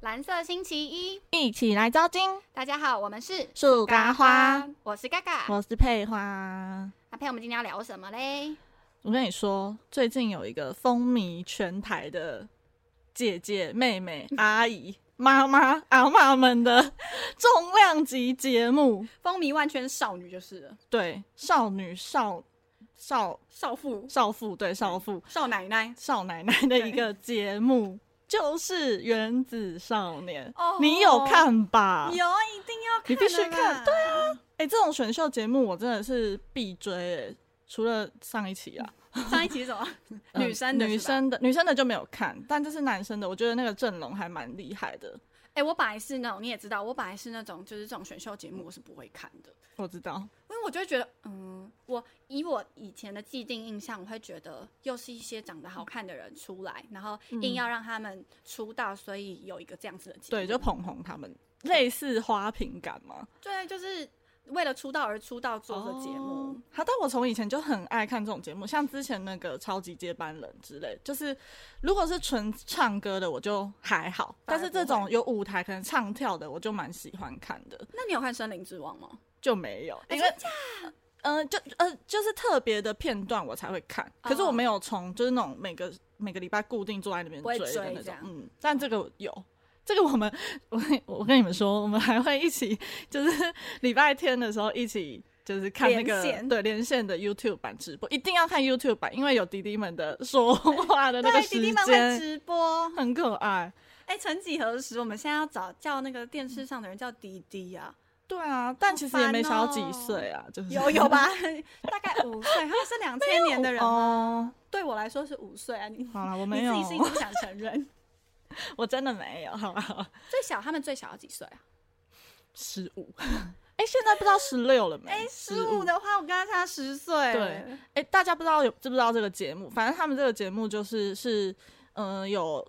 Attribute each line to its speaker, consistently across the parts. Speaker 1: 蓝色星期一，
Speaker 2: 一起来招金
Speaker 1: 大家好，我们是
Speaker 2: 树干花，，
Speaker 1: 我是嘎嘎。
Speaker 2: 我是佩花。
Speaker 1: 阿佩，我们今天要聊什么嘞？
Speaker 2: 我跟你说，最近有一个风靡全台的姐姐、妹妹、阿姨、妈妈、阿妈们的重量级节目，
Speaker 1: 风靡万圈少女就是了，
Speaker 2: 对少女、少少
Speaker 1: 少妇、
Speaker 2: 少妇，对少妇、
Speaker 1: 少奶奶。
Speaker 2: 少奶奶的一个节目，就是《原子少年》
Speaker 1: 哦
Speaker 2: 你有看吧？
Speaker 1: 有，一定要看，
Speaker 2: 你必须看，
Speaker 1: 对啊，
Speaker 2: 哎、这种选秀节目我真的是必追、欸，除了上一期啊，
Speaker 1: 上一期是什么？
Speaker 2: 嗯
Speaker 1: 女生的
Speaker 2: 女
Speaker 1: 是吧，
Speaker 2: 生的女生的就没有看，但这是男生的，我觉得那个阵容还蛮厉害的。
Speaker 1: 哎，我本来是那种，你也知道，我本来是那种，就是这种选秀节目我是不会看的，
Speaker 2: 我知道，
Speaker 1: 因为我就会觉得，嗯，我以我以前的既定印象，我会觉得又是一些长得好看的人出来，然后硬要让他们出道，所以有一个这样子的节目，
Speaker 2: 对，就捧红他们，类似花瓶感嘛。
Speaker 1: 对，就是为了出道而出道做的节目。
Speaker 2: 哦好，但我从以前就很爱看这种节目，像之前那个《超级接班人》之类，就是如果是纯唱歌的，我就还好，
Speaker 1: 反
Speaker 2: 但
Speaker 1: 而
Speaker 2: 是
Speaker 1: 不会
Speaker 2: 这种有舞台可能唱跳的，我就蛮喜欢看的。
Speaker 1: 那你有看《森林之王》吗？
Speaker 2: 就没有，
Speaker 1: 哎
Speaker 2: 因为嗯、呃就呃，就是特别的片段我才会看，可是
Speaker 1: 哦
Speaker 2: 我没有从就是那种每个每个礼拜固定坐在那边
Speaker 1: 不会
Speaker 2: 追
Speaker 1: 追
Speaker 2: 的那
Speaker 1: 这
Speaker 2: 种
Speaker 1: 样，
Speaker 2: 嗯，但这个有。这个我们，我跟我跟你们说，我们还会一起，就是 礼拜天的时候一起，就是看那个
Speaker 1: 连线
Speaker 2: 对连线的 YouTube 版直播，一定要看 YouTube 版，因为有弟弟们的说话的那个
Speaker 1: 对，
Speaker 2: 时
Speaker 1: 弟弟们会
Speaker 2: 间，
Speaker 1: 直播。
Speaker 2: 很可爱。
Speaker 1: 哎、曾几何时，我们现在要找叫那个电视上的人叫迪迪 啊，
Speaker 2: 对啊，但其实也没
Speaker 1: 好
Speaker 2: 想
Speaker 1: 烦
Speaker 2: 到
Speaker 1: 哦
Speaker 2: 几岁啊，就是
Speaker 1: 有 有吧？大概五岁，他是两千年的人吗？
Speaker 2: 哦，
Speaker 1: 对我来说是五岁啊，你
Speaker 2: 好了，我没有，
Speaker 1: 你自己是一直不想承认。
Speaker 2: 我真的没有，好吧，
Speaker 1: 最小他们最小要几岁啊？
Speaker 2: 十五。 哎，现在不知道十六了没？
Speaker 1: 哎、十五。的话，我跟他差十岁。
Speaker 2: 对，哎，大家不知道有知不知道这个节目？反正他们这个节目就是是，嗯、有，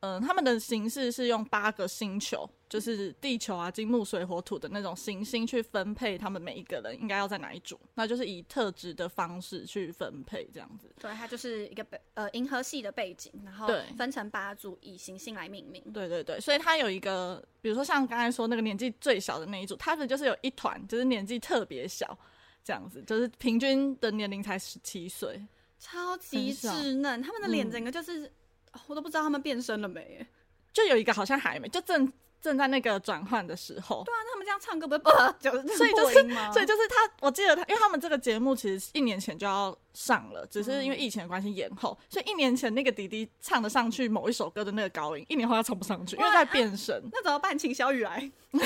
Speaker 2: 嗯、他们的形式是用八个星球，就是地球啊、金木水火土的那种行星去分配他们每一个人应该要在哪一组，那就是以特质的方式去分配这样子。
Speaker 1: 对，它就是一个背呃银河系的背景，然后
Speaker 2: 对
Speaker 1: 分成八组，以行星来命名。
Speaker 2: 对对对，所以他有一个，比如说像刚才说那个年纪最小的那一组，他们就是有一团，就是年纪特别小，这样子，就是平均的年龄才十七岁。
Speaker 1: 超级
Speaker 2: 很少
Speaker 1: 稚嫩，他们的脸
Speaker 2: 嗯
Speaker 1: 整个就是，哦我都不知道他们变身了没耶。
Speaker 2: 就有一个好像还没，就正正在那个转换的时候，
Speaker 1: 对啊，啊那他们这样唱歌不会呃，就是
Speaker 2: 所以就是
Speaker 1: 破音吗
Speaker 2: 所以就是他，我记得他，因为他们这个节目其实一年前就要上了，只是因为疫情的关系延
Speaker 1: 嗯
Speaker 2: 后，所以一年前那个弟弟唱得上去某一首歌的那个高音，一年后他唱不上去，因为
Speaker 1: 哇
Speaker 2: 在变声，
Speaker 1: 那怎么办？请小雨来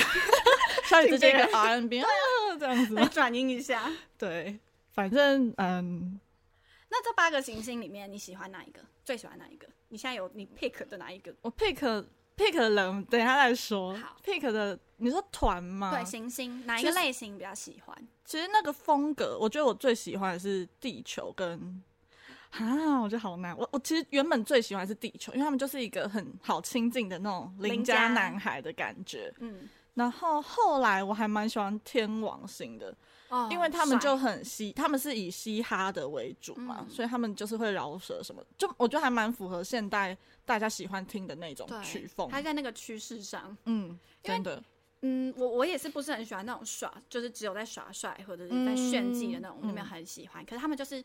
Speaker 2: 所以直接一个
Speaker 1: 请
Speaker 2: R&B 啊这样子
Speaker 1: 来，转音一下。
Speaker 2: 对，反正嗯。
Speaker 1: 那这八个行星里面，你喜欢哪一个？最喜欢哪一个？你现在有你 pick 的哪一个？
Speaker 2: 我 pick pick 的人，等一下再说
Speaker 1: 好。
Speaker 2: pick 的，你说团吗？
Speaker 1: 对，行星哪一
Speaker 2: 其
Speaker 1: 个
Speaker 2: 实
Speaker 1: 类型比较喜欢？
Speaker 2: 其实那个风格，我觉得我最喜欢的是地球跟啊，我觉得好难。我我其实原本最喜欢是地球，因为他们就是一个很好亲近的那种邻
Speaker 1: 邻
Speaker 2: 家
Speaker 1: 家
Speaker 2: 男孩的感觉。
Speaker 1: 嗯，
Speaker 2: 然后后来我还蛮喜欢天王星的，
Speaker 1: 哦
Speaker 2: 因为他们
Speaker 1: 帅
Speaker 2: 就很嘻，他们是以嘻哈的为主嘛，
Speaker 1: 嗯
Speaker 2: 所以他们就是会饶舌什么，就我觉得还蛮符合现代大家喜欢听的那种
Speaker 1: 对
Speaker 2: 曲风。
Speaker 1: 他在那个趋势上。
Speaker 2: 嗯，
Speaker 1: 因为
Speaker 2: 真的。
Speaker 1: 嗯，我我也是不是很喜欢那种耍，就是只有在耍帅或者是在炫技的那种，我就没有很喜欢。可是他们就是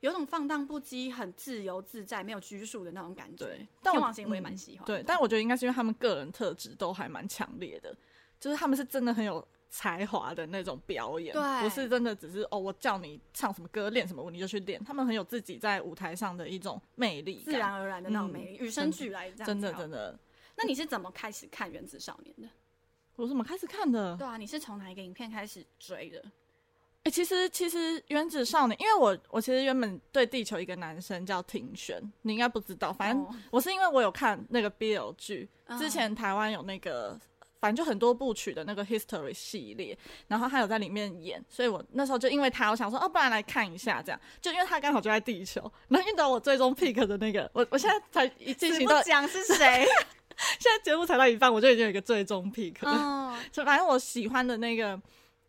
Speaker 1: 有种放荡不羁、很自由自在、没有拘束的那种感觉。
Speaker 2: 对但我
Speaker 1: 天王星我也嗯蛮喜欢、
Speaker 2: 对，但我觉得应该是因为他们个人特质都还蛮强烈的，就是他们是真的很有才华的那种表演，
Speaker 1: 对
Speaker 2: 不是真的只是哦，我叫你唱什么歌练什么舞你就去练，他们很有自己在舞台上的一种魅力感，
Speaker 1: 自然而然嗯的那种魅力，与
Speaker 2: 真
Speaker 1: 生
Speaker 2: 的
Speaker 1: 俱来这样。啊
Speaker 2: 真的真。的。
Speaker 1: 那你是怎么开始看《原子少年》的？
Speaker 2: 我怎么开始看的？
Speaker 1: 对啊，你是从哪一个影片开始追的？
Speaker 2: 哎、其实其实《原子少年》，因为我我其实原本对地球一个男生叫庭轩，你应该不知道，反正
Speaker 1: 哦
Speaker 2: 我是因为我有看那个 BL 剧，
Speaker 1: 嗯
Speaker 2: 之前台湾有那个，反正就很多部曲的那个 History 系列，然后他有在里面演，所以我那时候就因为他，我想说，哦，不然来看一下这样，就因为他刚好就在地球，然后遇到我最终 pick 的那个，我我现在才一进
Speaker 1: 死
Speaker 2: 行
Speaker 1: 不
Speaker 2: 到，
Speaker 1: 讲是谁？
Speaker 2: 现在节目才到一半，我就已经有一个最终 pick 了，
Speaker 1: 嗯，
Speaker 2: 就反正我喜欢的那个。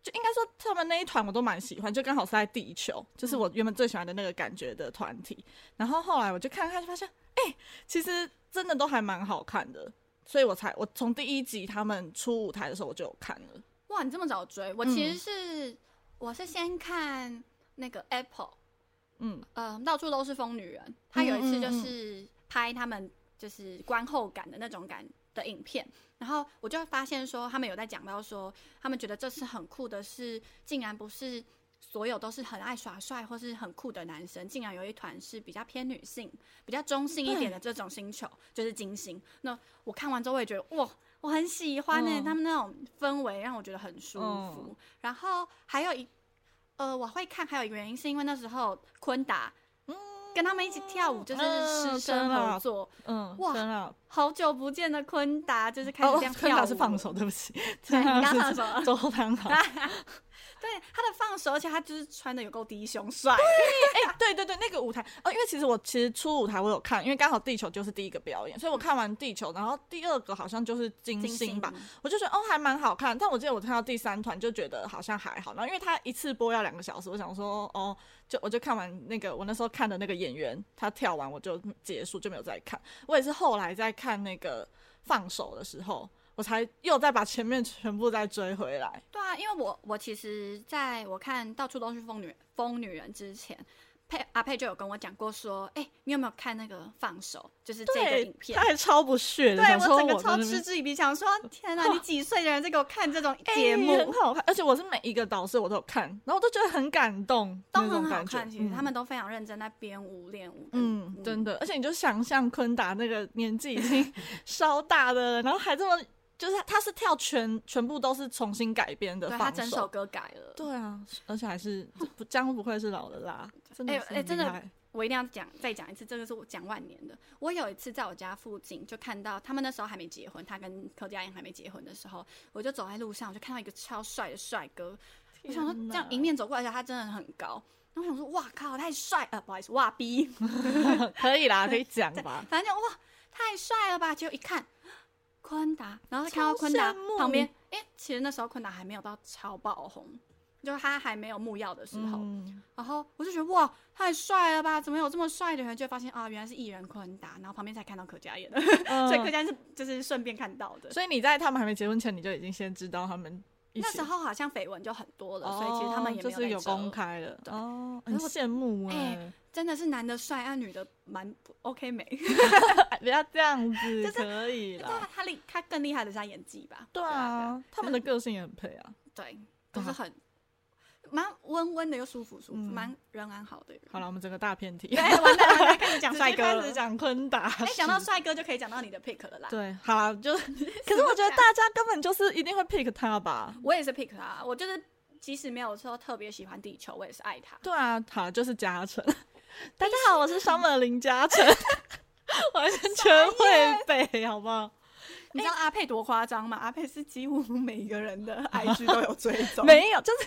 Speaker 2: 就应该说，他们那一团我都蛮喜欢，就刚好是在地球，就是
Speaker 1: 嗯
Speaker 2: 我原本最喜欢的那个感觉的团体。然后后来我就看看，就发现，哎、其实真的都还蛮好看的。所以我才我从第一集他们出舞台的时候我就有看了。
Speaker 1: 哇，你这么早追？我其
Speaker 2: 嗯
Speaker 1: 实是、我是先看那个 Apple，
Speaker 2: 嗯
Speaker 1: 呃，到处都是疯女人。她有一次
Speaker 2: 嗯
Speaker 1: 就
Speaker 2: 嗯嗯
Speaker 1: 是拍他们就是观后感的那种感的影片，然后我就发现说，他们有在讲到说，他们觉得这次很酷的是，竟然不是所有都是很爱耍帅或是很酷的男生，竟然有一团是比较偏女性、比较中性一点的这种星球，就是金星。那我看完之后，我也觉得哇。我很喜欢呢、
Speaker 2: 嗯
Speaker 1: 他们那种氛围让我觉得很舒服。
Speaker 2: 嗯
Speaker 1: 然后还有一，呃，我会看还有一个原因是因为那时候昆达，跟他们一起跳舞，就是
Speaker 2: 嗯
Speaker 1: 师生
Speaker 2: 真的
Speaker 1: 合作。
Speaker 2: 嗯，
Speaker 1: 哇
Speaker 2: 真的
Speaker 1: 好久不见的昆达，就是开始
Speaker 2: 哦
Speaker 1: 这样，跳舞。
Speaker 2: 昆达是放手，对不 起，
Speaker 1: 对，你刚放
Speaker 2: 手，
Speaker 1: 手了。
Speaker 2: 周汤 好。
Speaker 1: 对，他的放手，而且他就是穿的有够低胸帅。
Speaker 2: 对对对，那个舞台哦，因为其实我其实出舞台我有看，因为刚好地球就是第一个表演，所以
Speaker 1: 嗯
Speaker 2: 我看完地球，然后第二个好像就是金星吧，我就觉得哦还蛮好看，但我记得我看到第三团就觉得好像还好，然后因为他一次播要两个小时，我想说哦，就我就看完那个我那时候看的那个演员他跳完我就结束就没有再看，我也是后来在看那个放手的时候，我才又再把前面全部再追回来，
Speaker 1: 对啊，因为我我其实在我看到处都是疯女人疯女人之前，佩阿佩就有跟我讲过说，哎、你有没有看那个放手？就是这个
Speaker 2: 对
Speaker 1: 影，片
Speaker 2: 他。还超不屑的，
Speaker 1: 对
Speaker 2: 想
Speaker 1: 我
Speaker 2: 说
Speaker 1: 整个
Speaker 2: 在那
Speaker 1: 超
Speaker 2: 边
Speaker 1: 嗤之以鼻，想 说天哪，
Speaker 2: 哇
Speaker 1: 你几岁的人在给我看 这种
Speaker 2: 欸
Speaker 1: 节目？
Speaker 2: 很好看，而且我是每一个导师我都有看，然后我都觉得很感动，
Speaker 1: 都
Speaker 2: 那种
Speaker 1: 很好
Speaker 2: 感觉
Speaker 1: 看，其实
Speaker 2: 嗯
Speaker 1: 他们都非常认真在编舞练舞。
Speaker 2: 嗯，真的，而且你就想象昆达那个年纪已经 稍大的了，然后还这么，就是他是跳全全部都是重新改编的
Speaker 1: 对他
Speaker 2: 放
Speaker 1: 整首
Speaker 2: 手，
Speaker 1: 歌改了。
Speaker 2: 对啊，而且还是这不将不愧是老的辣，真的
Speaker 1: 哎
Speaker 2: 是
Speaker 1: 哎
Speaker 2: 很
Speaker 1: 真的
Speaker 2: 厉害
Speaker 1: 我一定要讲再讲一次，这个是我讲万年的。我有一次在我家附近就看到他们那时候还没结婚，他跟柯佳嬿还没结婚的时候，我就走在路上，我就看到一个超帅的帅哥，我想说
Speaker 2: 天哪
Speaker 1: 这样迎面走过来，而且他真的很高。然后我想说，哇靠，太帅呃了！不好意思，哇逼，
Speaker 2: 可以啦，可以讲 吧，
Speaker 1: 反正就哇，太帅了吧！结果一看， 昆达，然后看到
Speaker 2: 超
Speaker 1: 昆达
Speaker 2: 羡慕
Speaker 1: 旁边，哎、其实那时候昆达还没有到超爆红，就是他还没有木曜的时候，
Speaker 2: 嗯，
Speaker 1: 然后我就觉得哇，太帅了吧！怎么有这么帅的人？就会发现啊，原来是艺人昆达，然后旁边才看到柯佳 嬿的， 所以柯
Speaker 2: 嗯
Speaker 1: 佳嬿是就是顺便看到的。
Speaker 2: 所以你在他们还没结婚前，你就已经先知道他们一起
Speaker 1: 那时候好像绯闻就很多了，所以其实他们也
Speaker 2: 哦
Speaker 1: 没
Speaker 2: 就是
Speaker 1: 有
Speaker 2: 有
Speaker 1: 在遮
Speaker 2: 公开了，
Speaker 1: 对
Speaker 2: 哦，
Speaker 1: 可
Speaker 2: 很
Speaker 1: 是我
Speaker 2: 羡慕
Speaker 1: 哎
Speaker 2: 哎。
Speaker 1: 真的是男的帅，啊女的蛮不 OK 美。
Speaker 2: 哎不要这样子，
Speaker 1: 就是
Speaker 2: 可以
Speaker 1: 但他
Speaker 2: 啦。
Speaker 1: 他厉他更厉害的是他演技吧？
Speaker 2: 对啊，他们的个性也很配啊。
Speaker 1: 对，都是
Speaker 2: 对啊
Speaker 1: 很蛮温温的又舒服舒服，
Speaker 2: 嗯
Speaker 1: 蛮人安好的人。
Speaker 2: 好了，我们整个大偏题
Speaker 1: 对，，完蛋 了，开始讲帅
Speaker 2: 直
Speaker 1: 哥
Speaker 2: 接
Speaker 1: 了
Speaker 2: 开始。讲昆达。
Speaker 1: 哎，讲到帅哥就可以讲到你的 pick 了啦。
Speaker 2: 对，好啦，就是 可是我觉得大家根本就是一定会 pick 他吧。
Speaker 1: 我也是 pick 他，我就是即使没有说特别喜欢地球，我也是爱他。
Speaker 2: 对啊，好，就是嘉 诚。大家好，我是 Summer 林嘉 诚，完全会背，好不好？
Speaker 1: 你
Speaker 2: 哎
Speaker 1: 知道阿佩多夸张吗？阿佩是几乎每个人 的 IG 都有追踪，
Speaker 2: 没有，就是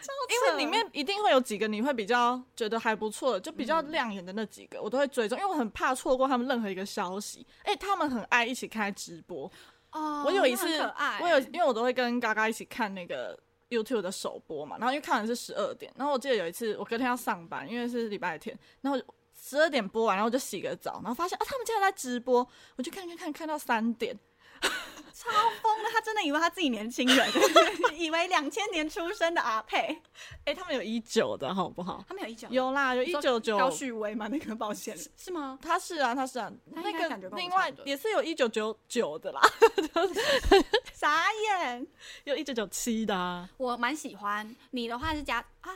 Speaker 1: 扯
Speaker 2: 因为里面一定会有几个你会比较觉得还不错的，就比较亮眼的那几个，我都会追踪，因为我很怕错过他们任何一个消息。哎、他们很爱一起开直播，
Speaker 1: 哦
Speaker 2: 我有一次
Speaker 1: 那很可爱，
Speaker 2: 我有因为我都会跟嘎嘎一起看那个 YouTube 的首播嘛，然后因为看完是十二点，然后我记得有一次我隔天要上班，因为是礼拜天，然后十二点播完，然后我就洗个澡，然后发现啊他们竟然在直播，我就看看看看到三点，
Speaker 1: 超疯的，他真的以为他自己年轻人， 以为两千年出生的阿佩，
Speaker 2: 哎、他们有一九的好不好？
Speaker 1: 他没有一九，
Speaker 2: 有啦，有
Speaker 1: 你
Speaker 2: 一
Speaker 1: 说
Speaker 2: 九九
Speaker 1: 高旭威吗？那个抱歉，是吗？
Speaker 2: 他是啊，他是啊，
Speaker 1: 他应该
Speaker 2: 那
Speaker 1: 感觉
Speaker 2: 个
Speaker 1: 跟我
Speaker 2: 另
Speaker 1: 差
Speaker 2: 外
Speaker 1: 不多
Speaker 2: 也是有一九九九的啦，
Speaker 1: 傻眼，
Speaker 2: 有一九九七的啊。
Speaker 1: 我蛮喜欢你的话是嘉啊，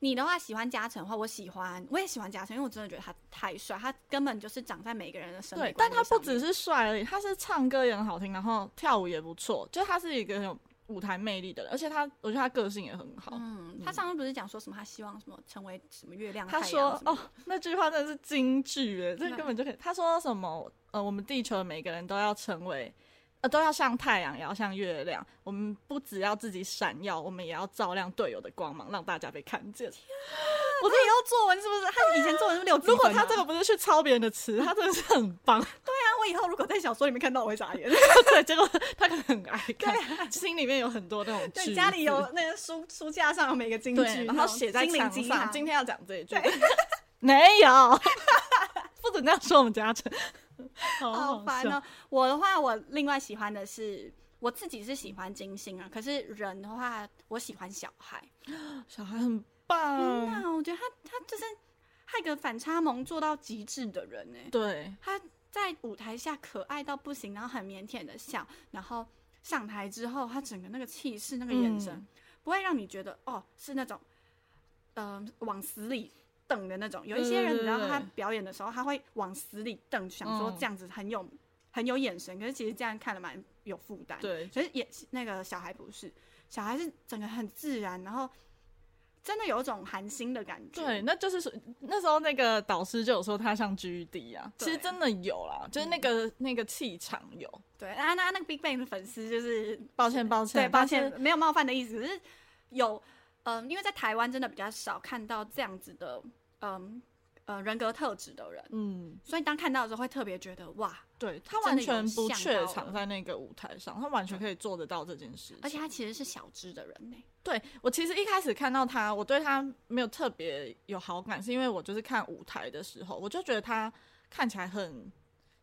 Speaker 1: 你的话喜欢嘉诚的话，我喜欢，我也喜欢嘉诚，因为我真的觉得他太帅，他根本就是长在每个人的审美
Speaker 2: 对，
Speaker 1: 观
Speaker 2: 但
Speaker 1: 念
Speaker 2: 他不
Speaker 1: 上
Speaker 2: 只
Speaker 1: 面
Speaker 2: 是帅而已，他是唱歌也很好听，然后跳舞也不错，就他是一个很有舞台魅力的人，而且他我觉得他个性也很好。
Speaker 1: 嗯，他上次不是讲说什么他希望什么成为什么月亮太
Speaker 2: 他
Speaker 1: 阳什
Speaker 2: 说
Speaker 1: 么？：“
Speaker 2: 哦，那句话真的是金句哎，这
Speaker 1: 对
Speaker 2: 根本就可以。”他说什么？呃，我们地球的每个人都要成为，呃，都要像太阳，也要像月亮。我们不只要自己闪耀，我们也要照亮队友的光芒，让大家被看见。
Speaker 1: 我自己都作文是不是？他以前作文是不是六级分啊
Speaker 2: 如果他这个不是去抄别人的词，他真的是很棒。
Speaker 1: 那我以后如果在小说里面看到，我会傻眼。
Speaker 2: 对，结果他可能很爱看，心里面有很多那种句
Speaker 1: 啊对，
Speaker 2: 子
Speaker 1: 家里有那个书书架上有每个金句，
Speaker 2: 对，然后写在
Speaker 1: 心灵
Speaker 2: 墙
Speaker 1: 鸡
Speaker 2: 上。
Speaker 1: 汤。
Speaker 2: 今天要讲这一句，没有，不准这样说我们家成。好
Speaker 1: 好烦
Speaker 2: 笑
Speaker 1: 哦、我的话，我另外喜欢的是我自己是喜欢金星啊，可是人的话，我喜欢小孩。
Speaker 2: 小孩很
Speaker 1: 天
Speaker 2: 棒，
Speaker 1: 哪，我觉得他他就是害个反差萌做到极致的人呢、
Speaker 2: 对，
Speaker 1: 他在舞台下可爱到不行，然后很腼腆的笑，然后上台之后，他整个那个气势、那个眼神，
Speaker 2: 嗯
Speaker 1: 不会让你觉得哦是那种，嗯、往死里瞪的那种。有一些
Speaker 2: 对
Speaker 1: 人，
Speaker 2: 对
Speaker 1: 你知道
Speaker 2: 对
Speaker 1: 他
Speaker 2: 对
Speaker 1: 表演的时候，他会往死里瞪，想说
Speaker 2: 嗯
Speaker 1: 这样子很有、很有眼神，可是其实这样看了蛮有负担。
Speaker 2: 对，
Speaker 1: 可是也那个小孩不是，小孩是整个很自然，然后真的有一种寒心的感觉。
Speaker 2: 对，那就是说那时候那个导师就有说他像 GD 啊，其实
Speaker 1: 对嗯
Speaker 2: 真的有啦，就是那个、那个气场有。
Speaker 1: 对，啊，那那个 Big Bang 的粉丝就是
Speaker 2: 抱歉，抱歉，
Speaker 1: 对，抱
Speaker 2: 但是
Speaker 1: 歉，，没有冒犯的意思，只是有，嗯、因为在台湾真的比较少看到这样子的，嗯呃人格特质的人，
Speaker 2: 嗯，
Speaker 1: 所以当看到的时候会特别觉得哇，
Speaker 2: 对他
Speaker 1: 真
Speaker 2: 完
Speaker 1: 的有
Speaker 2: 全不
Speaker 1: 像
Speaker 2: 怯
Speaker 1: 到
Speaker 2: 场
Speaker 1: 了
Speaker 2: 在那个舞台上，他完全可以做得到这件事情。
Speaker 1: 而且他其实是小只的人呢、
Speaker 2: 对我其实一开始看到他，我对他没有特别有好感，是因为我就是看舞台的时候，我就觉得他看起来很，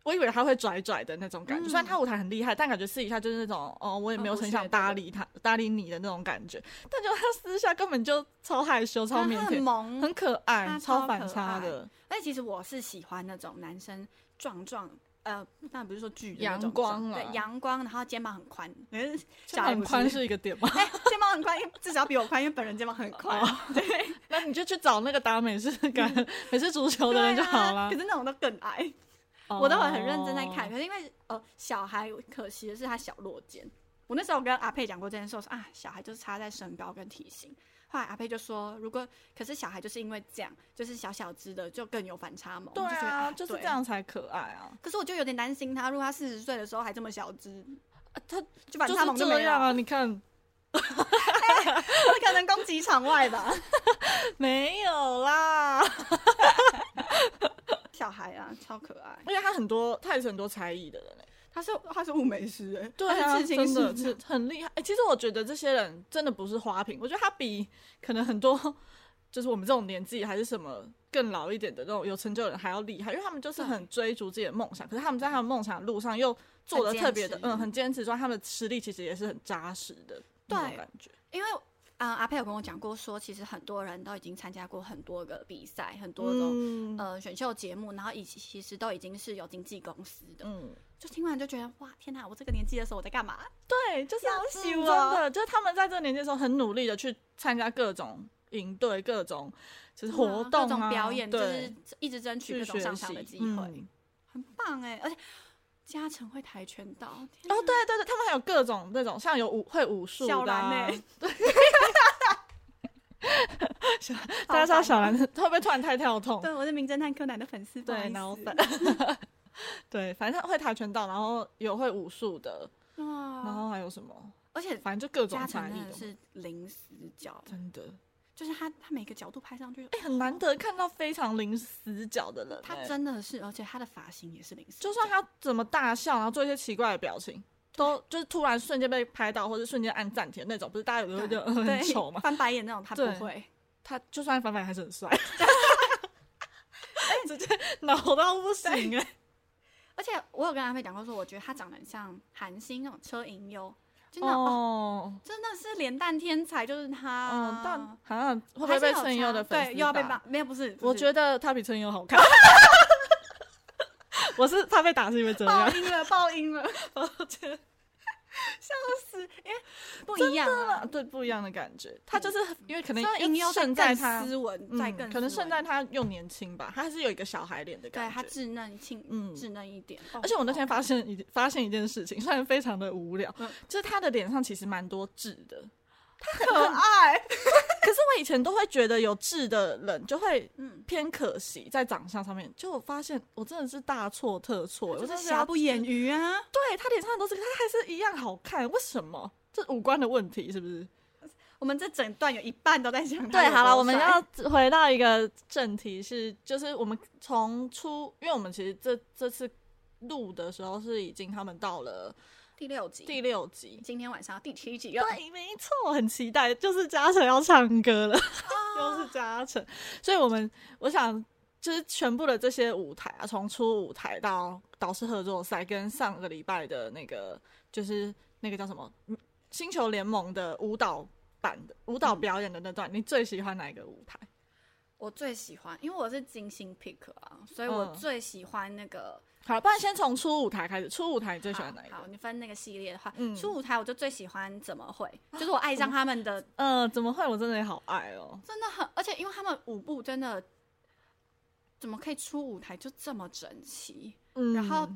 Speaker 2: 我以为他会拽拽的那种感觉。虽然他舞台很厉害，但感觉私底下就是那种哦，嗯我也没有
Speaker 1: 哦不
Speaker 2: 很想
Speaker 1: 屑
Speaker 2: 搭
Speaker 1: 的
Speaker 2: 理他、搭理你的那种感觉。但就他私下根本就超害羞、超
Speaker 1: 但
Speaker 2: 腼
Speaker 1: 他很
Speaker 2: 腆，
Speaker 1: 萌，
Speaker 2: 很可爱，
Speaker 1: 他
Speaker 2: 超
Speaker 1: 超
Speaker 2: 反
Speaker 1: 可
Speaker 2: 差
Speaker 1: 爱
Speaker 2: 的
Speaker 1: 而且其实我是喜欢那种男生壮壮。呃，当然不是说巨的那
Speaker 2: 阳
Speaker 1: 种
Speaker 2: 光
Speaker 1: 壮
Speaker 2: 啦
Speaker 1: 对阳光，然后肩膀很宽， 可是
Speaker 2: 肩
Speaker 1: 小
Speaker 2: 膀
Speaker 1: 孩
Speaker 2: 很
Speaker 1: 不
Speaker 2: 宽是一个点吗？
Speaker 1: 哎、肩膀很宽，因为至少比我宽，因为本人肩膀很宽，
Speaker 2: 哦 那你就去找那个打美式感、美式足球的人就好
Speaker 1: 对啊
Speaker 2: 了
Speaker 1: 可。是那种都更矮，我都很很认真在看，
Speaker 2: 哦。
Speaker 1: 可是因为呃小孩可惜的是他小落肩，我那时候跟阿佩讲过这件事，我说啊小孩就是差在身高跟体型。后来阿佩就说，如果可是小孩就是因为这样，就是小小只的就更有反差萌，
Speaker 2: 对
Speaker 1: 就觉得
Speaker 2: 啊，
Speaker 1: 啊
Speaker 2: 就是
Speaker 1: 对
Speaker 2: 这样才可爱啊。
Speaker 1: 可是我就有点担心他，如果他四十岁的时候还这么小只，
Speaker 2: 啊他
Speaker 1: 就反
Speaker 2: 就
Speaker 1: 差
Speaker 2: 是
Speaker 1: 萌就
Speaker 2: 这
Speaker 1: 没
Speaker 2: 样
Speaker 1: 了，
Speaker 2: 啊！你看，
Speaker 1: 他 可能攻击场外吧。
Speaker 2: 没有 啦，
Speaker 1: 小孩啊，超可爱，
Speaker 2: 而且他很多，他也是很多才艺的人、欸、
Speaker 1: 他是他是物美师哎、他
Speaker 2: 啊，
Speaker 1: 是刺
Speaker 2: 真
Speaker 1: 青
Speaker 2: 的
Speaker 1: 师，
Speaker 2: 是很厉害。哎、其实我觉得这些人真的不是花瓶，我觉得他比可能很多 就是我们这种年纪还是什么更老一点的那种有成就的人还要厉害，因为他们就是很追逐自己的梦想，可是他们在他们梦想的路上又做的
Speaker 1: 很坚
Speaker 2: 特别的，
Speaker 1: 持
Speaker 2: 嗯，很坚持，说他们的实力其实也是很扎实的那种
Speaker 1: 对
Speaker 2: 感觉。
Speaker 1: 因为。嗯，阿佩有跟我讲过说其实很多人都已经参加过很多个比赛，很多种
Speaker 2: 嗯
Speaker 1: 呃选秀节目，然后以及其实都已经是有经纪公司的，
Speaker 2: 嗯，
Speaker 1: 就听完就觉得哇，天哪！我这个年纪的时候我在干嘛？
Speaker 2: 对，就是
Speaker 1: 要
Speaker 2: 嗯
Speaker 1: 死
Speaker 2: 真
Speaker 1: 我
Speaker 2: 的，就是他们在这个年纪的时候很努力的去参加各种营队、各种就是活动、啊、
Speaker 1: 各种表演，就
Speaker 2: 对
Speaker 1: 是一直争取
Speaker 2: 去
Speaker 1: 各种
Speaker 2: 学
Speaker 1: 上场
Speaker 2: 习
Speaker 1: 的机会，
Speaker 2: 嗯
Speaker 1: 很棒哎！而且嘉诚会跆拳道，天哪
Speaker 2: 哦，对对对，他们还有各种那种，像有武会武术
Speaker 1: 小
Speaker 2: 的、
Speaker 1: 兰
Speaker 2: 啊
Speaker 1: 哎、，好
Speaker 2: 大家知道
Speaker 1: 烦
Speaker 2: 小
Speaker 1: 哦
Speaker 2: 兰会不会突然太跳痛？
Speaker 1: 对，我是名侦探柯南的粉丝，不好
Speaker 2: 对
Speaker 1: 意
Speaker 2: 脑
Speaker 1: 思
Speaker 2: 粉对，反正他会跆拳道，然后有会武术的，然
Speaker 1: 哇！
Speaker 2: 后还有什么，
Speaker 1: 而且
Speaker 2: 反正就各种
Speaker 1: 嘉
Speaker 2: 才
Speaker 1: 诚
Speaker 2: 艺
Speaker 1: 哦真的
Speaker 2: 的嘛，
Speaker 1: 是零死角，
Speaker 2: 真的，
Speaker 1: 就是他他每个角度拍上去，
Speaker 2: 哎、很难得看到非常零死角的人、
Speaker 1: 他
Speaker 2: 哎
Speaker 1: 真的是，而且他的发型也是零死角，
Speaker 2: 就算他怎么大笑，然后做一些奇怪的表情，都就是突然瞬间被拍到，或者瞬间按暂停的那种，不是大家有时候就呃很
Speaker 1: 对
Speaker 2: 丑嘛？
Speaker 1: 翻白眼那种他不
Speaker 2: 对
Speaker 1: 会。
Speaker 2: 他就算反反还是很
Speaker 1: 哎
Speaker 2: 帅，直接恼到不行哎！
Speaker 1: 而且我有跟阿飞讲过说我觉得他长得很像韩星那种车银优，真的、哦
Speaker 2: 哦
Speaker 1: 真的是脸蛋天才，就是他。
Speaker 2: 哦，但好像会不会
Speaker 1: 还是
Speaker 2: 被
Speaker 1: 有
Speaker 2: 陈优
Speaker 1: 差
Speaker 2: 的粉丝
Speaker 1: 对又要被
Speaker 2: 打
Speaker 1: 骂？没有，不是，
Speaker 2: 我觉
Speaker 1: 得
Speaker 2: 得他比陈优好 看。我是他被打是因为这
Speaker 1: 爆
Speaker 2: 样，哦
Speaker 1: 音了，爆 音了，是因为 不一样嗯啊。
Speaker 2: 对不一样的感觉。他就是因为可能
Speaker 1: 车银优
Speaker 2: 胜在
Speaker 1: 更
Speaker 2: 他
Speaker 1: 斯文，再更
Speaker 2: 嗯，可能
Speaker 1: 斯
Speaker 2: 胜
Speaker 1: 文
Speaker 2: 在他又年轻吧，他还是有一个小孩脸的
Speaker 1: 对
Speaker 2: 感
Speaker 1: 他
Speaker 2: 觉。
Speaker 1: 稚嫩轻，
Speaker 2: 嗯
Speaker 1: 稚嫩一点。哦
Speaker 2: 而且我那天
Speaker 1: 发
Speaker 2: 发现一发现一件事情，虽然非常的无聊，
Speaker 1: 嗯
Speaker 2: 就是他的脸上其实蛮多痣的。
Speaker 1: 可
Speaker 2: 嗯
Speaker 1: 爱，
Speaker 2: 可是我以前都会觉得有痣的人就会
Speaker 1: 嗯，
Speaker 2: 偏可惜在长相上面，就我发现我真的是大错特错，我
Speaker 1: 就
Speaker 2: 真
Speaker 1: 是
Speaker 2: 的
Speaker 1: 瑕
Speaker 2: 要
Speaker 1: 不掩瑜啊。
Speaker 2: 对他脸上很多痣，可是他还是一样好看，为什么？这五官的问题是不是？
Speaker 1: 我们这整段有一半都在讲他
Speaker 2: 对，
Speaker 1: 有
Speaker 2: 好了，
Speaker 1: 多
Speaker 2: 我们
Speaker 1: 帅
Speaker 2: 要回到一个正题是，就是我们从初，因为我们其实这这次录的时候是已经他们到了
Speaker 1: 第六集，
Speaker 2: 第六集，
Speaker 1: 今天晚上要第七集了。
Speaker 2: 对，没错，很期
Speaker 1: 啊
Speaker 2: 待，就是嘉诚要唱歌了，又是嘉诚，所以我们我想就是全部的这些舞台啊，从初舞台到导师合作赛，跟上个礼拜的那个就是那个叫什么嗯星球联盟的舞蹈版的舞
Speaker 1: 嗯
Speaker 2: 蹈表演的那段，你最喜欢哪一个舞台？
Speaker 1: 我最喜欢，因为我是金星 pick 啊，所以我
Speaker 2: 嗯
Speaker 1: 最喜欢那个。
Speaker 2: 好，不然先从初舞台开始，初舞台你最喜欢哪一个
Speaker 1: 好？好，？你分那个系列的话，
Speaker 2: 嗯啊
Speaker 1: 初舞台我就最喜欢怎么会，就是我爱上他们的，
Speaker 2: 嗯，怎么会？我真的也好爱哦。
Speaker 1: 真的很，而且因为他们舞步真的怎么可以出舞台就这么整齐，
Speaker 2: 嗯，
Speaker 1: 然后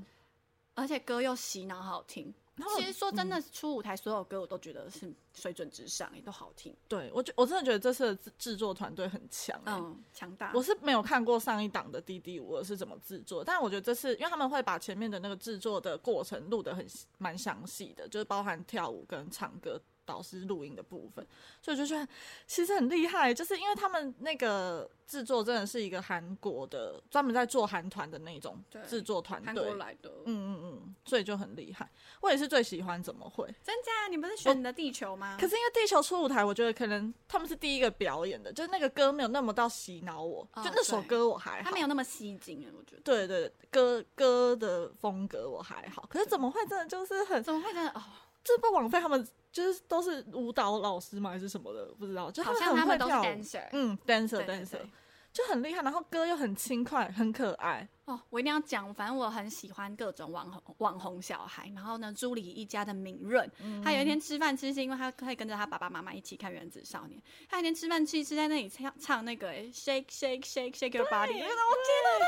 Speaker 1: 而且歌又洗脑好听。
Speaker 2: 然后嗯
Speaker 1: 其实说真的，出舞台所有歌我都觉得是水准之上，也都好听，
Speaker 2: 对我觉我真的觉得这次的制制作团队很强、欸。
Speaker 1: 嗯，强大。
Speaker 2: 我是没有看过上一档的《滴滴五二》是怎么制作，但我觉得这次因为他们会把前面的那个制作的过程录得很细蛮详细的，就是包含跳舞跟唱歌。导师录音的部分，所以我就觉得其实很厉害，就是因为他们那个制作真的是一个韩国的，专门在做韩团的那种
Speaker 1: 对
Speaker 2: 制作团
Speaker 1: 韩
Speaker 2: 队，
Speaker 1: 国
Speaker 2: 嗯
Speaker 1: 来的，
Speaker 2: 嗯嗯，所以就很厉害。我也是最喜欢怎么会，
Speaker 1: 真假？你不是选的地球吗？
Speaker 2: 可是因为地球出舞台，我觉得可能他们是第一个表演的，就是那个歌没有那么到洗脑我，
Speaker 1: 哦
Speaker 2: 就那首
Speaker 1: 对
Speaker 2: 歌我还好，
Speaker 1: 他没有那么吸睛哎，我觉得。
Speaker 2: 对对对歌歌的风格我还好，可是怎么会真的就是很
Speaker 1: 怎么会真的哦？
Speaker 2: 这不枉费他们就是都是舞蹈老师吗还是什么的，不知道，就
Speaker 1: 好像
Speaker 2: 很
Speaker 1: 他
Speaker 2: 会
Speaker 1: 们都是
Speaker 2: 跳舞，
Speaker 1: dancer，
Speaker 2: 嗯，dancer
Speaker 1: 对对
Speaker 2: dancer
Speaker 1: 对
Speaker 2: 就很厉害，然后歌又很轻快，很可爱，
Speaker 1: 哦，我一定要讲，反正我很喜欢各种网红网红小孩。然后呢，朱莉一家的敏润，
Speaker 2: 嗯
Speaker 1: 他有一天吃饭吃是因为他可以跟着他爸爸妈妈一起看《原子少年》，他有一天吃饭吃是在那里唱唱那个欸 Shake Shake Shake Shake Your Body，
Speaker 2: 对
Speaker 1: 我觉得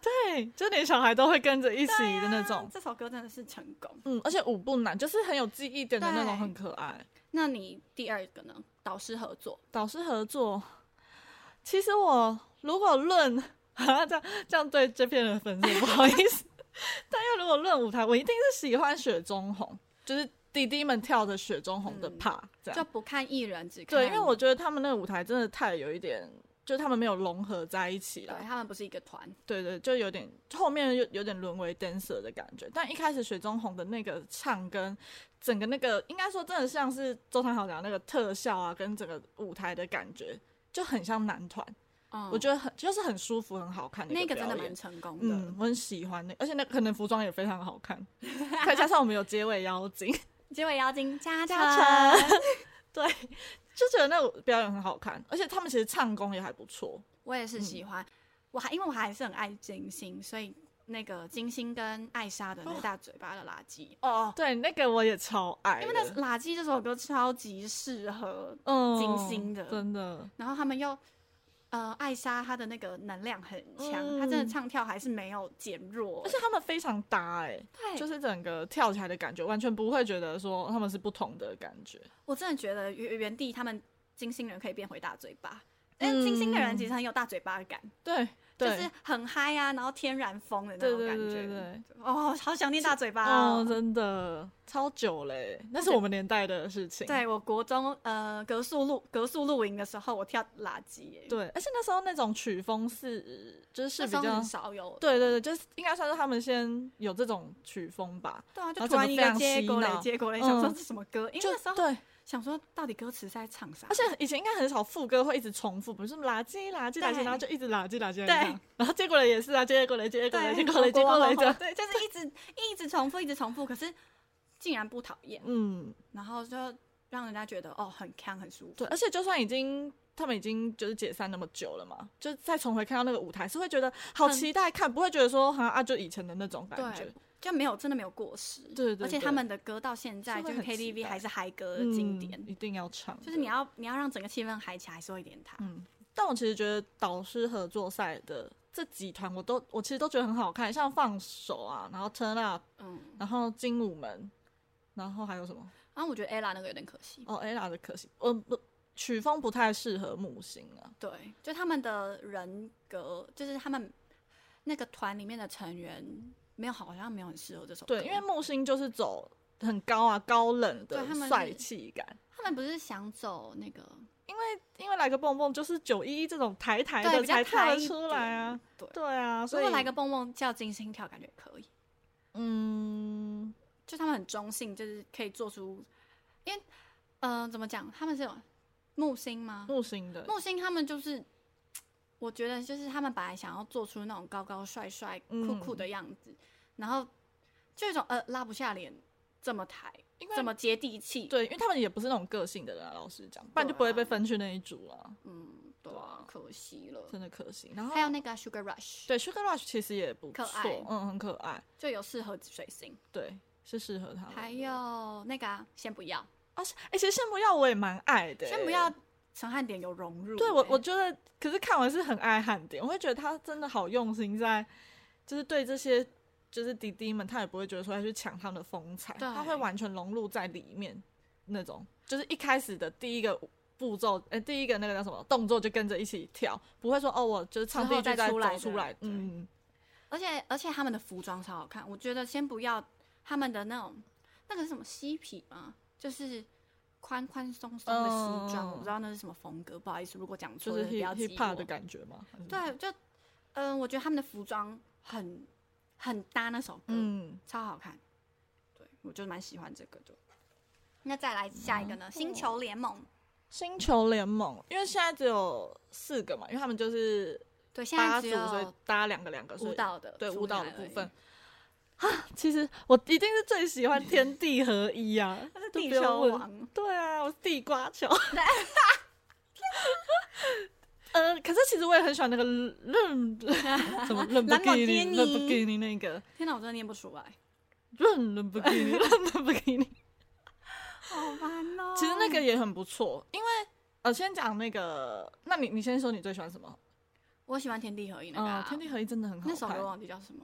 Speaker 2: 对，就连小孩都会跟着一起的那种，
Speaker 1: 这首歌真的是成功。
Speaker 2: 嗯，而且舞不难，就是很有记忆点的那种，
Speaker 1: 对
Speaker 2: 很可爱。
Speaker 1: 那你第二个呢？导师合作，
Speaker 2: 导师合作，其实我如果论 啊，这样这样对这片人的粉丝不好意思，但又如果论舞台，我一定是喜欢雪中红，就是弟弟们跳的雪中红的
Speaker 1: 嗯
Speaker 2: part，、这
Speaker 1: 就
Speaker 2: 样
Speaker 1: 不看艺人，只看
Speaker 2: 啊对，因为我觉得他们那个舞台真的太有一点，就他们没有融合在一起
Speaker 1: 对
Speaker 2: 了，
Speaker 1: 他们不是一个团，
Speaker 2: 对对，就有点后面有有点沦为 dancer 的感觉，但一开始雪中红的那个唱跟整个那个，应该说真的像是周汤豪讲的那个特效啊，跟整个舞台的感觉就很像男团，
Speaker 1: 嗯，
Speaker 2: 我觉得很就是很舒服、很好看的
Speaker 1: 那
Speaker 2: 一
Speaker 1: 个
Speaker 2: 个
Speaker 1: 真的
Speaker 2: 表
Speaker 1: 蛮
Speaker 2: 演。
Speaker 1: 成功的。
Speaker 2: 嗯，我很喜欢那个而且那可能服装也非常好 看，再加上我们有结尾妖精，
Speaker 1: 结尾妖精加
Speaker 2: 嘉
Speaker 1: 成，
Speaker 2: 就觉得那个表演很好看，而且他们其实唱功也还不错。
Speaker 1: 我也是
Speaker 2: 嗯
Speaker 1: 喜欢，我还因为我还是很爱金星，所以那个金星跟艾莎
Speaker 2: 哦
Speaker 1: 的那大嘴巴的垃圾哦，
Speaker 2: 对，那个我也超爱的，
Speaker 1: 因为那《垃圾》这首歌超级适合，
Speaker 2: 嗯
Speaker 1: 金星的
Speaker 2: 真的，
Speaker 1: 然后他们又。呃，艾莎她的那个能量很强，
Speaker 2: 嗯哦
Speaker 1: 她真的唱跳还是没有减弱
Speaker 2: 而，且他们非常搭哎、
Speaker 1: 对，
Speaker 2: 就是整个跳起来的感觉，完全不会觉得说他们是不同的感觉。
Speaker 1: 我真的觉得原原地他们金星人可以变回大嘴巴，因为金星的人其实很有大嘴巴感，
Speaker 2: 对，
Speaker 1: 就
Speaker 2: 嗯对
Speaker 1: 是很嗨啊，然后天然疯的那
Speaker 2: 对
Speaker 1: 种
Speaker 2: 对
Speaker 1: 感觉，
Speaker 2: 对对对，
Speaker 1: 哦，好想念大嘴巴、哦，
Speaker 2: 嗯，真的超久嘞、那是我们年代的事情。
Speaker 1: 对我国中呃格数露格数露营的时候，我跳垃圾耶，
Speaker 2: 对，而且那时候那种曲风是就是
Speaker 1: 那
Speaker 2: 比
Speaker 1: 时候
Speaker 2: 较
Speaker 1: 很，少有，
Speaker 2: 对对对，就是应该算是他们先有这种曲风吧。
Speaker 1: 对啊，就
Speaker 2: 然后
Speaker 1: 突然
Speaker 2: 整
Speaker 1: 一
Speaker 2: 个非
Speaker 1: 个
Speaker 2: 常
Speaker 1: 接
Speaker 2: 洗
Speaker 1: 果嘞
Speaker 2: 脑
Speaker 1: 接果嘞，想说
Speaker 2: 嗯
Speaker 1: 这什么歌，因为
Speaker 2: 就
Speaker 1: 那时候
Speaker 2: 对，
Speaker 1: 想说到底歌词是在唱啥，
Speaker 2: 而且以前应该很少副歌会一直重复，比如说垃圾垃圾垃圾，
Speaker 1: 对
Speaker 2: 然后就一直垃圾垃圾，垃圾
Speaker 1: 对
Speaker 2: 这样然后结果嘞也是啊，结果嘞结果嘞
Speaker 1: 对
Speaker 2: 结果嘞结 果嘞这样，
Speaker 1: 对，就是一直一直重复一直重复，可是竟然不讨厌，
Speaker 2: 嗯，
Speaker 1: 然后就让人家觉得哦很 can 很舒服，
Speaker 2: 对，而且就算已经。他们已经就是解散那么久了嘛，就再重回看到那个舞台，是会觉得好
Speaker 1: 很
Speaker 2: 期待看，不会觉得说好像啊就以前的那种感觉
Speaker 1: 对。，就没有真的没有过时，
Speaker 2: 对对
Speaker 1: 而且
Speaker 2: 对
Speaker 1: 他们的歌到现在
Speaker 2: 是会
Speaker 1: 就是
Speaker 2: 很期
Speaker 1: KTV
Speaker 2: 待
Speaker 1: 还是嗨歌的经典，
Speaker 2: 嗯、一定要唱的。
Speaker 1: 就是你要你要让整个气氛嗨起来，还是会点它，
Speaker 2: 嗯，但我其实觉得导师合作赛的这几团，我都我其实都觉得很好看，像放手啊，然后 Turn Up，
Speaker 1: 嗯，
Speaker 2: 然后精武门，然后还有什么？
Speaker 1: 然后我觉得 ella 那个有点可惜。
Speaker 2: 哦，ella 的可惜，呃不，曲风不太适合木星啊。
Speaker 1: 对，就他们的人格，就是他们那个团里面的成员，没有好像没有很适合这首歌。
Speaker 2: 对，因为木星就是走很高啊、高冷的
Speaker 1: 对他们是
Speaker 2: 帅气感。
Speaker 1: 他们不是想走那个
Speaker 2: 因为因为来个蹦蹦就是九一一这种台台
Speaker 1: 对
Speaker 2: 的
Speaker 1: 比较
Speaker 2: 才跳
Speaker 1: 台
Speaker 2: 得出来啊，。
Speaker 1: 对，
Speaker 2: 对啊，
Speaker 1: 如
Speaker 2: 所以
Speaker 1: 果来个蹦蹦叫金星跳，感觉可以。
Speaker 2: 嗯，
Speaker 1: 就他们很中性，就是可以做出，因为嗯、呃怎么讲，他们是有木星吗？
Speaker 2: 木星的
Speaker 1: 木星他们就是我觉得就是他们本来想要做出那种高高帅帅、酷酷的样子，然后就一种呃拉不下脸，这么抬，
Speaker 2: 因为
Speaker 1: 这么接地气，
Speaker 2: 对，因为他们也不是那种个性的人、啊，老实讲，不然就不会被分去那一组了、
Speaker 1: 嗯，对啊，可惜了。
Speaker 2: 真的可惜。然后
Speaker 1: 还有那个 Sugar Rush，
Speaker 2: 对 Sugar Rush 其实也不
Speaker 1: 可
Speaker 2: 错
Speaker 1: 爱，
Speaker 2: 嗯，很可爱，
Speaker 1: 就有适合水星，
Speaker 2: 对，是适合他们的。
Speaker 1: 还有那个啊、先不要，
Speaker 2: 啊，是哎、其实先不要我也蛮爱的、欸
Speaker 1: 先不要。陈汉典有融入欸、
Speaker 2: 对我，我觉得，可是看完是很爱汉典，我会觉得他真的好用心在，就是对这些就是弟弟们，他也不会觉得说要去抢他们的风采，
Speaker 1: 对
Speaker 2: 他会完全融入在里面那种，就是一开始的第一个步骤，哎、第一个那个叫什么动作就跟着一起跳，不会说哦，我就是唱
Speaker 1: 之
Speaker 2: 第
Speaker 1: 后
Speaker 2: 一句
Speaker 1: 再出
Speaker 2: 走
Speaker 1: 来
Speaker 2: 出
Speaker 1: 的
Speaker 2: 来，
Speaker 1: 对
Speaker 2: 嗯，
Speaker 1: 而且而且他们的服装超好看，我觉得先不要他们的那种那个是什么嬉皮嘛，就是宽宽松松的西装，
Speaker 2: 嗯
Speaker 1: 我不知道那是什么风格，不好意思，如果讲
Speaker 2: 就
Speaker 1: 错了
Speaker 2: 是
Speaker 1: 不
Speaker 2: hip
Speaker 1: 要
Speaker 2: hip
Speaker 1: 记
Speaker 2: hop 的
Speaker 1: 我。
Speaker 2: 感觉嘛，还是什么，
Speaker 1: 对，就嗯、我觉得他们的服装很很搭那首歌，
Speaker 2: 嗯，
Speaker 1: 超好看。对，我就蛮喜欢这个的。那再来下一个
Speaker 2: 哦
Speaker 1: 呢？星球联盟。
Speaker 2: 星球联盟，因为现在只有四个嘛，因为他们就是
Speaker 1: 对，现
Speaker 2: 八
Speaker 1: 在
Speaker 2: 组，
Speaker 1: 只
Speaker 2: 所以
Speaker 1: 有
Speaker 2: 搭两个两个，所
Speaker 1: 舞
Speaker 2: 以
Speaker 1: 蹈的
Speaker 2: 对
Speaker 1: 出
Speaker 2: 舞蹈
Speaker 1: 来
Speaker 2: 的部
Speaker 1: 而已
Speaker 2: 分。啊，其实我一定是最喜欢天地合一 啊，都
Speaker 1: 地
Speaker 2: 不用
Speaker 1: 球
Speaker 2: 问。
Speaker 1: 王。
Speaker 2: 对啊，我是地瓜球。呃，可是其实我也很喜欢那个 润，什么润不
Speaker 1: 兰博
Speaker 2: 给
Speaker 1: 基
Speaker 2: 你，
Speaker 1: 尼
Speaker 2: 润不给你那个
Speaker 1: 天哪，我真的念不出来，
Speaker 2: 润润不给你，润不给你。
Speaker 1: 好烦哦
Speaker 2: 其实那个也很不错，因为呃，先讲那个，那你你先说你最喜欢什么？
Speaker 1: 我喜欢天地合一那
Speaker 2: 嗯
Speaker 1: 个、啊，
Speaker 2: 天地合一真的很好
Speaker 1: 那首
Speaker 2: 看啊
Speaker 1: 歌。忘记叫什么，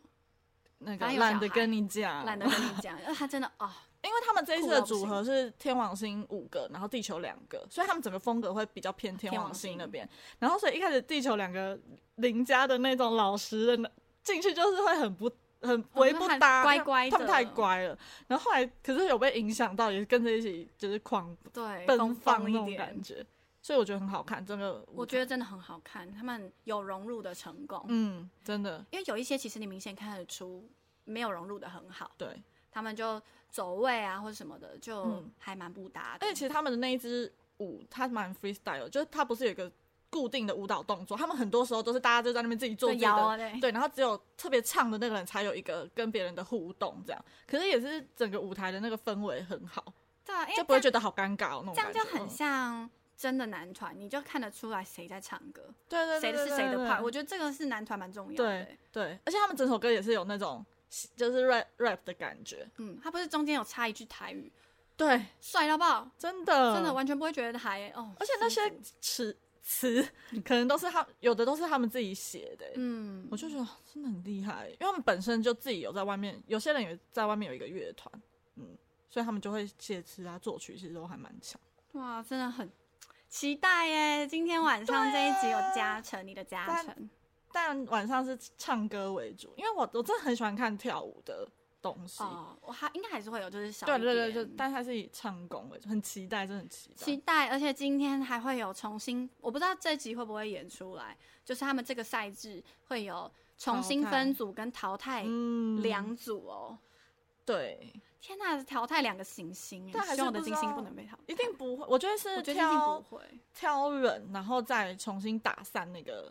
Speaker 2: 那个
Speaker 1: 反正有
Speaker 2: 懒
Speaker 1: 小
Speaker 2: 得
Speaker 1: 孩
Speaker 2: 跟你讲，
Speaker 1: 懒得跟你 讲，因为他真的哦，
Speaker 2: 因为他们这一次
Speaker 1: 酷
Speaker 2: 的
Speaker 1: 到不
Speaker 2: 组合是天王星五个，然后地球两个，所以他们整个风格会比较偏天
Speaker 1: 天
Speaker 2: 王
Speaker 1: 王
Speaker 2: 星
Speaker 1: 星
Speaker 2: 那边。然后所以一开始地球两个邻家的那种老实人呢进去就是会很不很围不
Speaker 1: 哦很
Speaker 2: 搭，
Speaker 1: 乖乖
Speaker 2: 他们
Speaker 1: 的
Speaker 2: 太乖了。然后后来可是有被影响到，也跟着一起就是狂
Speaker 1: 对，
Speaker 2: 奔放
Speaker 1: 放
Speaker 2: 那
Speaker 1: 一
Speaker 2: 种
Speaker 1: 点
Speaker 2: 感。觉，所以我觉得很好看。真的，
Speaker 1: 我觉得真的很好看，他们有融入的成功，
Speaker 2: 嗯，真的
Speaker 1: 因为有一些其实你明显看得出没有融入的很好，
Speaker 2: 对。
Speaker 1: 他们就走位啊或者什么的，就
Speaker 2: 嗯
Speaker 1: 还蛮不搭的。
Speaker 2: 而且其实他们的那一支舞，它蛮 freestyle，的就是它不是有一个固定的舞蹈动作，他们很多时候都是大家就在那边自己做
Speaker 1: 就
Speaker 2: 自己
Speaker 1: 摇
Speaker 2: 的
Speaker 1: 啊，对，
Speaker 2: 对，然后只有特别唱的那个人才有一个跟别人的互动，这样，可是也是整个舞台的那个氛围很好，
Speaker 1: 对啊，因为
Speaker 2: 就不会
Speaker 1: 这
Speaker 2: 觉
Speaker 1: 样
Speaker 2: 得好尴尬哦，那种
Speaker 1: 这样就
Speaker 2: 感觉
Speaker 1: 很
Speaker 2: 嗯
Speaker 1: 像真的男团，你就看得出来谁在唱歌，
Speaker 2: 对对
Speaker 1: 谁
Speaker 2: 对
Speaker 1: 的是
Speaker 2: 对
Speaker 1: 谁
Speaker 2: 对
Speaker 1: 的
Speaker 2: 对
Speaker 1: part。我觉得这个是男团蛮重要的欸。
Speaker 2: 对，而且他们整首歌也是有那种就是 rap rap 的感觉，
Speaker 1: 嗯，他不是中间有插一句台语，
Speaker 2: 对，
Speaker 1: 帅到爆，
Speaker 2: 真的
Speaker 1: 真的完全不会觉得台哦。
Speaker 2: 嗯而且那些
Speaker 1: 舒服
Speaker 2: 词词可能都是他有的都是他们自己写的欸、
Speaker 1: 嗯
Speaker 2: 我，就觉得真的很厉害，因为他们本身就自己有在外面，有些人也在外面有一个乐团，嗯，所以他们就会写词啊、作曲，其实都还蛮强。
Speaker 1: 哇，真的很期待耶！今天晚上这一集有加成，你的加
Speaker 2: 啊但
Speaker 1: 成，
Speaker 2: 但晚上是唱歌为主，因为我我真的很喜欢看跳舞的东西，
Speaker 1: 哦，我还应该还是会有，就是少
Speaker 2: 对
Speaker 1: 一
Speaker 2: 对对，就
Speaker 1: 点
Speaker 2: 但它是以唱功为主，很期待，真的很期待。
Speaker 1: 期待，而且今天还会有重新，我不知道这集会不会演出来，就是他们这个赛制会有重新
Speaker 2: 淘汰
Speaker 1: 分组跟淘汰
Speaker 2: 嗯
Speaker 1: 两组哦。
Speaker 2: 对，
Speaker 1: 天呐，淘汰两个行星耶，
Speaker 2: 但还是
Speaker 1: 希望我的
Speaker 2: 不知
Speaker 1: 金星
Speaker 2: 道
Speaker 1: 不能被淘汰。
Speaker 2: 一定不会，我觉得
Speaker 1: 我
Speaker 2: 是
Speaker 1: 觉得一定不
Speaker 2: 挑
Speaker 1: 会。
Speaker 2: 挑人，然后再重新打散那个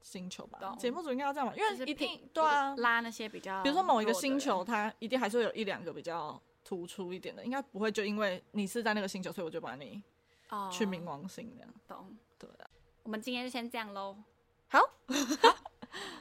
Speaker 2: 星球吧。
Speaker 1: 懂
Speaker 2: 节目组应该要这样玩，因
Speaker 1: 就是
Speaker 2: 为一定
Speaker 1: 拼
Speaker 2: 对啊，
Speaker 1: 拉那些比较，
Speaker 2: 比如说某一个星球，，它一定还是会有一两个比较突出一点的，应该不会就因为你是在那个星球，所以我就把你
Speaker 1: 哦，
Speaker 2: 去冥王星这样。
Speaker 1: 懂。
Speaker 2: 对啊
Speaker 1: 我们今天就先这样喽，
Speaker 2: 好，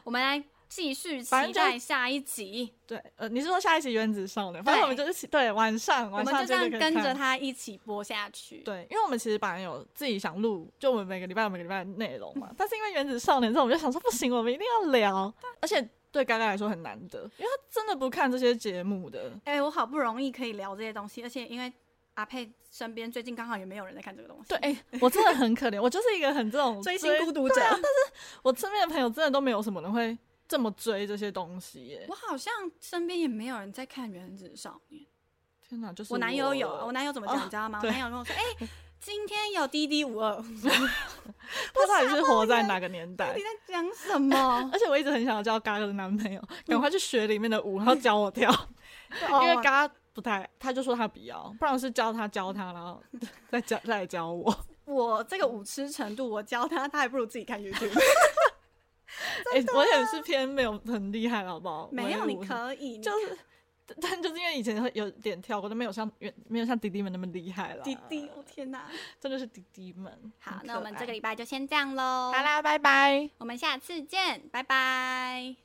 Speaker 1: 我们来继续
Speaker 2: 反
Speaker 1: 期
Speaker 2: 正就
Speaker 1: 待下一集，
Speaker 2: 对，呃，你是说下一集原子少年？反正我们就是对晚上，
Speaker 1: 我
Speaker 2: 晚
Speaker 1: 们
Speaker 2: 上
Speaker 1: 就这样
Speaker 2: 可以
Speaker 1: 跟着
Speaker 2: 看。
Speaker 1: 他一起播下去。
Speaker 2: 对，因为我们其实本来有自己想录，就我们每个礼拜有每个礼拜的内容嘛，但是因为原子少年之后，我们就想说不行，我们一定要聊，而且对刚刚来说很难得，因为他真的不看这些节目的。
Speaker 1: 哎、我好不容易可以聊这些东西，而且因为阿佩身边最近刚好也没有人在看这个东西，
Speaker 2: 对，，哎、我真的很可怜，我就是一个很这种
Speaker 1: 追星孤独者，
Speaker 2: 我身边的朋友真的都没有什么人会这么追这些东西耶
Speaker 1: 我。好像身边也没有人在看《原子少年》。
Speaker 2: 天哪，就是
Speaker 1: 我男友有，啊
Speaker 2: 了
Speaker 1: 我男友怎么讲、
Speaker 2: 哦
Speaker 1: 你知道吗？我
Speaker 2: 对
Speaker 1: 男友跟我说，哎、今天有滴滴五 二，
Speaker 2: 他到底是活在哪个年代
Speaker 1: 你？在讲什么？
Speaker 2: 而且我一直很想要交嘎哥的男朋友，赶快去学里面的舞，然后教我跳，因
Speaker 1: 哦
Speaker 2: 为嘎不太，他就说他不要，不然我是教他教他，然后 再教再来教我。
Speaker 1: 我这个舞痴程度，我教他，他还不如自己看 YouTube。
Speaker 2: 哎、我也是偏没有很厉害，好不好？
Speaker 1: 没有，
Speaker 2: 唯
Speaker 1: 你
Speaker 2: 五什么
Speaker 1: 可以，你
Speaker 2: 就是，但 但就是因为以前会有点跳过，都没有像原没有像弟弟们那么厉害了。
Speaker 1: 弟弟，我、天哪！
Speaker 2: 真的是弟弟们。哦
Speaker 1: 好，
Speaker 2: 很
Speaker 1: 那
Speaker 2: 可
Speaker 1: 我们
Speaker 2: 爱
Speaker 1: 这个礼拜就先这样喽。
Speaker 2: 好，啦，拜拜。
Speaker 1: 我们下次见，拜拜。